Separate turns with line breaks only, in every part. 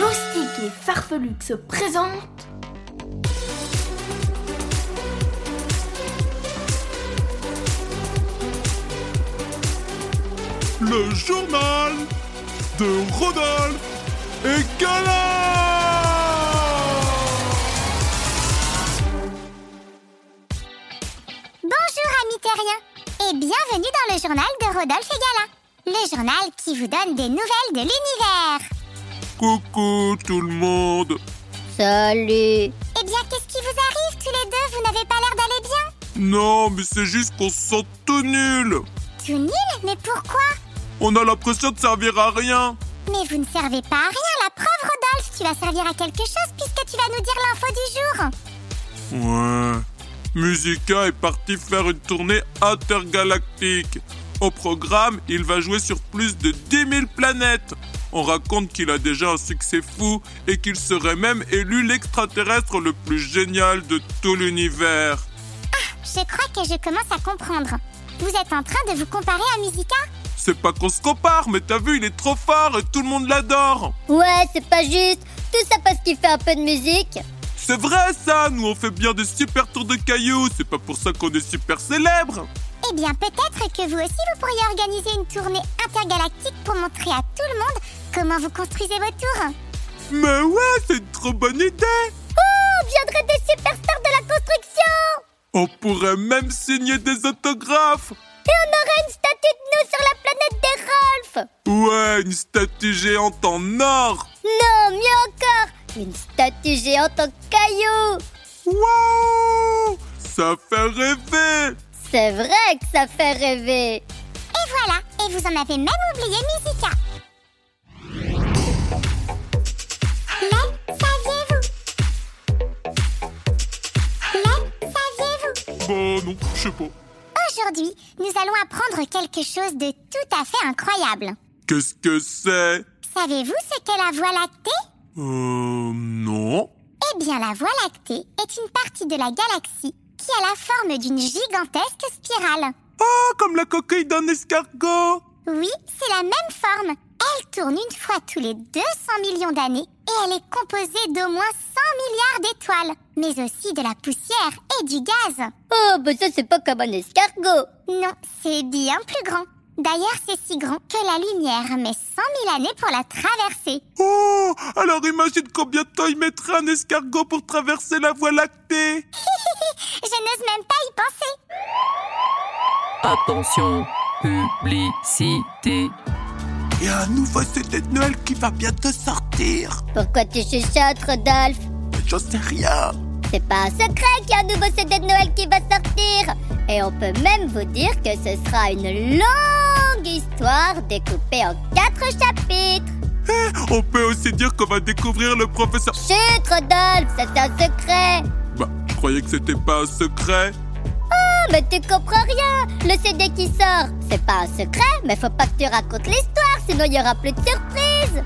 Loustique et Farfelux se présentent
Le journal de Rodolphe et Gala
Bonjour amis terriens et bienvenue dans le journal de Rodolphe et Gala, le journal qui vous donne des nouvelles de l'univers.
Coucou tout le monde
Salut
Eh bien, qu'est-ce qui vous arrive tous les deux Vous n'avez pas l'air d'aller bien
Non, mais c'est juste qu'on se sent tout nul
Tout nul Mais pourquoi
On a l'impression de servir à rien
Mais vous ne servez pas à rien, la preuve Rodolphe, tu vas servir à quelque chose puisque tu vas nous dire l'info du jour.
Ouais. Musica est parti faire une tournée intergalactique. Au programme, il va jouer sur plus de 10 000 planètes. On raconte qu'il a déjà un succès fou et qu'il serait même élu l'extraterrestre le plus génial de tout l'univers.
Je crois que je commence à comprendre. Vous êtes en train de vous comparer à Musica
C'est pas qu'on se compare, mais t'as vu, il est trop fort et tout le monde l'adore.
Ouais, c'est pas juste Tout ça parce qu'il fait un peu de musique
C'est vrai ça, nous on fait bien des super tours de cailloux, c'est pas pour ça qu'on est super célèbre.
Eh bien, peut-être que vous aussi vous pourriez organiser une tournée intergalactique pour montrer à tout le monde comment vous construisez vos tours.
Mais ouais, c'est une trop bonne idée.
Oh,
On viendrait des superstars de la construction
On pourrait même signer des autographes.
Et on aura une statue de nous sur la planète des Rolfs
Ouais, une statue géante en or
Non, mieux encore Une statue géante en caillou
Waouh Ça fait rêver
C'est vrai que ça fait rêver
Et voilà, et vous en avez même oublié Musica. Le saviez-vous Le saviez-vous
Bon, non, je sais pas.
Aujourd'hui, nous allons apprendre quelque chose de tout à fait incroyable.
Qu'est-ce que c'est
Savez-vous ce qu'est la Voie lactée
Euh... Non.
Eh bien, la Voie lactée est une partie de la galaxie qui a la forme d'une gigantesque spirale.
Ah, comme la coquille d'un escargot
Oui, c'est la même forme. Elle tourne une fois tous les 200 millions d'années et elle est composée d'au moins 100 milliards d'étoiles, mais aussi de la poussière et du gaz.
Oh, bah ça c'est pas comme un escargot
Non, c'est bien plus grand. D'ailleurs, c'est si grand que la lumière met 100 000 années pour la traverser.
Oh Alors imagine combien de temps il mettrait un escargot pour traverser la voie lactée
Je n'ose même pas y penser.
Attention, publicité.
Et un nouveau CD de Noël qui va bientôt sortir
Pourquoi tu chuchotes, Rodolphe
J'en sais rien
C'est pas un secret qu'il y a un nouveau CD de Noël qui va sortir Et on peut même vous dire que ce sera une longue histoire découpée en quatre chapitres
On peut aussi dire qu'on va découvrir le professeur...
Chut, Rodolphe, ça c'est un secret
Bah, je croyais que c'était pas un secret
Ah, mais tu comprends rien Le CD qui sort, c'est pas un secret, mais faut pas que tu racontes l'histoire, sinon il y aura plus de surprises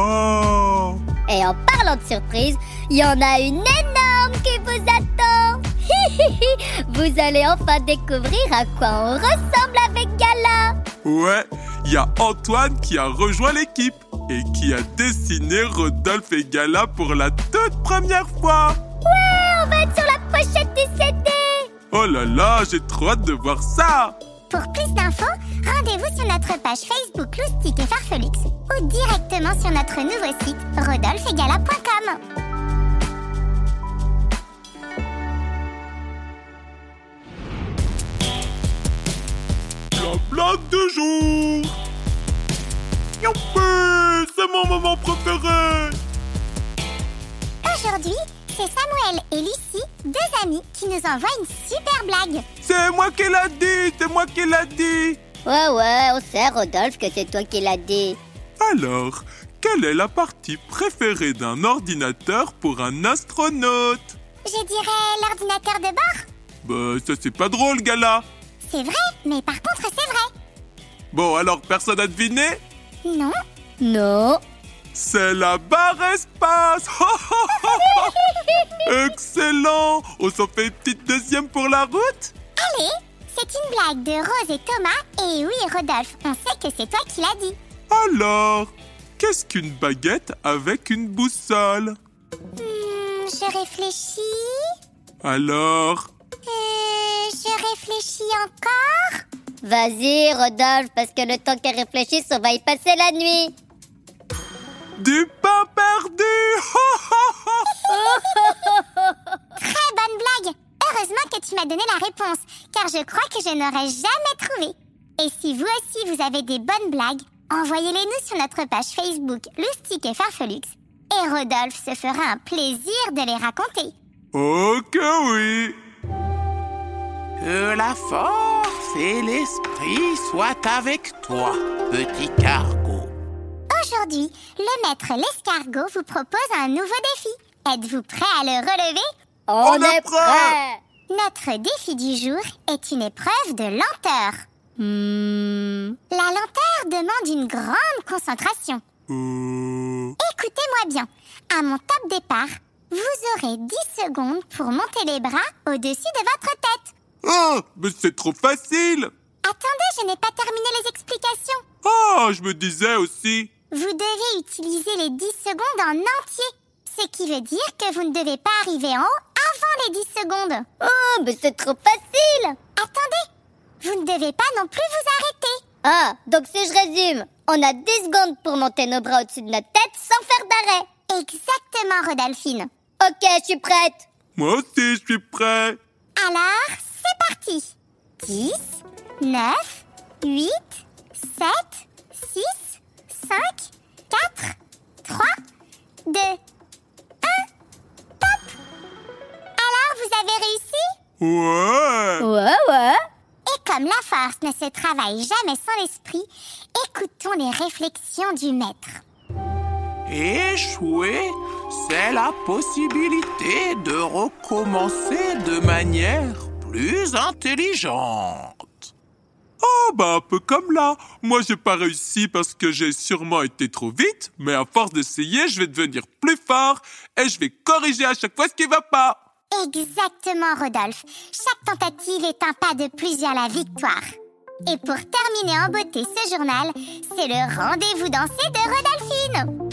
Oh
Et en parlant de surprises, il y en a une énorme qui vous attend Hi, hi, hi. Vous allez enfin découvrir à quoi on ressemble avec Gala
Ouais, il y a Antoine qui a rejoint l'équipe et qui a dessiné Rodolphe et Gala pour la toute première fois.
On va être sur la pochette du CD
Oh là là, j'ai trop hâte de voir ça.
Pour plus d'infos, rendez-vous sur notre page Facebook Loustic et Farfelux ou directement sur notre nouveau site rodolpheegala.com.
La blague du jour. Youpi, c'est mon moment préféré.
Aujourd'hui, c'est Samuel et Lucie, deux amis, qui nous envoient une super blague.
C'est moi qui l'a dit, c'est moi qui l'a dit.
Ouais, ouais, on sait, Rodolphe, que c'est toi qui l'as dit.
Alors, quelle est la partie préférée d'un ordinateur pour un astronaute
Je dirais l'ordinateur de bord.
Bah, ça c'est pas drôle, gala.
C'est vrai, mais par contre, c'est vrai.
Bon, alors personne à deviné
Non
Non.
C'est la barre espace Excellent On s'en fait une petite deuxième pour la route
Allez, c'est une blague de Rose et Thomas. Et oui, Rodolphe, on sait que c'est toi qui l'as dit.
Alors, qu'est-ce qu'une baguette avec une boussole
Hmm, je réfléchis.
Alors,
Euh, je réfléchis encore.
Vas-y, Rodolphe, parce que le temps qu'elle réfléchisse, on va y passer la nuit.
du pain perdu
Très bonne blague Heureusement que tu m'as donné la réponse, car je crois que je n'aurais jamais trouvé. Et si vous aussi vous avez des bonnes blagues, envoyez-les nous sur notre page Facebook Loustic et Farfelux. Et Rodolphe se fera un plaisir de les raconter.
Oh que oui
Que la force et l'esprit soient avec toi, petit cargo.
Aujourd'hui, le maître l'escargot vous propose un nouveau défi. Êtes-vous prêt à le relever
On,
est
est
prêt
prêt
Notre défi du jour est une épreuve de lenteur. La lenteur demande une grande concentration.
Euh,
Écoutez-moi bien. À mon top départ, vous aurez 10 secondes pour monter les bras au-dessus de votre tête.
Oh, mais c'est trop facile
Attendez, je n'ai pas terminé les explications.
Oh, je me disais aussi
Vous devez utiliser les 10 secondes en entier. Ce qui veut dire que vous ne devez pas arriver en haut avant les 10 secondes.
Oh, mais c'est trop facile
Attendez, vous ne devez pas non plus vous
Ah, donc si je résume, on a 10 secondes pour monter nos bras au-dessus de notre tête sans faire d'arrêt.
arrêter. Euh, Exactement, Rodolphine.
Ok, je suis prête.
Moi aussi, je suis prêt
Alors, c'est parti 10, 9, 8, 7, 6, 5, 4, 3, 2, 1, top Alors, vous avez réussi
Ouais
Ouais, ouais.
Et comme la force ne se travaille jamais sans l'esprit, écoutons les réflexions du maître.
Échouer, c'est la possibilité de recommencer de manière plus intelligente.
Oh bah un peu comme là. Moi j'ai pas réussi parce que j'ai sûrement été trop vite, mais à force d'essayer, je vais devenir plus fort et je vais corriger à chaque fois ce qui va pas.
Exactement, Rodolphe. Chaque tentative est un pas de plus vers la victoire. Et pour terminer en beauté ce journal, c'est le rendez-vous dansé de Rodolphine.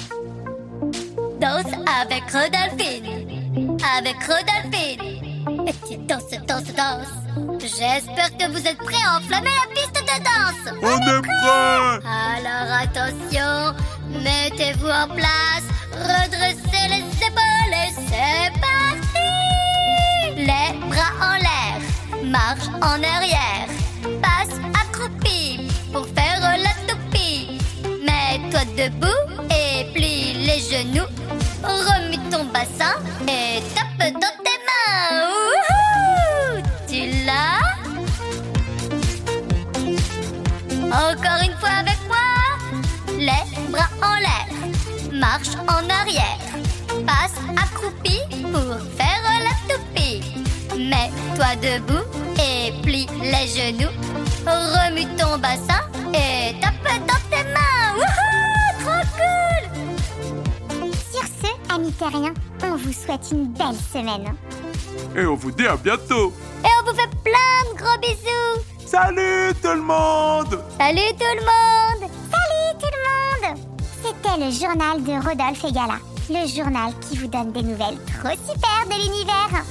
Danse avec Rodolphine. Avec Rodolphine. Petite danse, danse, danse. J'espère que vous êtes prêts à enflammer la piste de danse.
On est prêt
Alors attention, mettez-vous en place, redressez les épaules et c'est parti Les bras en l'air, marche en arrière, passe accroupi pour faire la toupie. Mets-toi debout et plie les genoux, remue ton bassin et tape dans tes mains. Wouhou tu l'as encore une fois avec moi. Les bras en l'air, marche en arrière, passe accroupi pour faire la toupie. Mets-toi debout et plie les genoux, remue ton bassin et tape dans tes mains. Wouhou, trop cool!
Sur ce, amis terriens, on vous souhaite une belle semaine.
Et on vous dit à bientôt
Et on vous fait plein de gros bisous.
Salut tout le monde
Salut tout le monde!
Salut tout le monde C'était le journal de Rodolphe et Gala, le journal qui vous donne des nouvelles trop super de l'univers.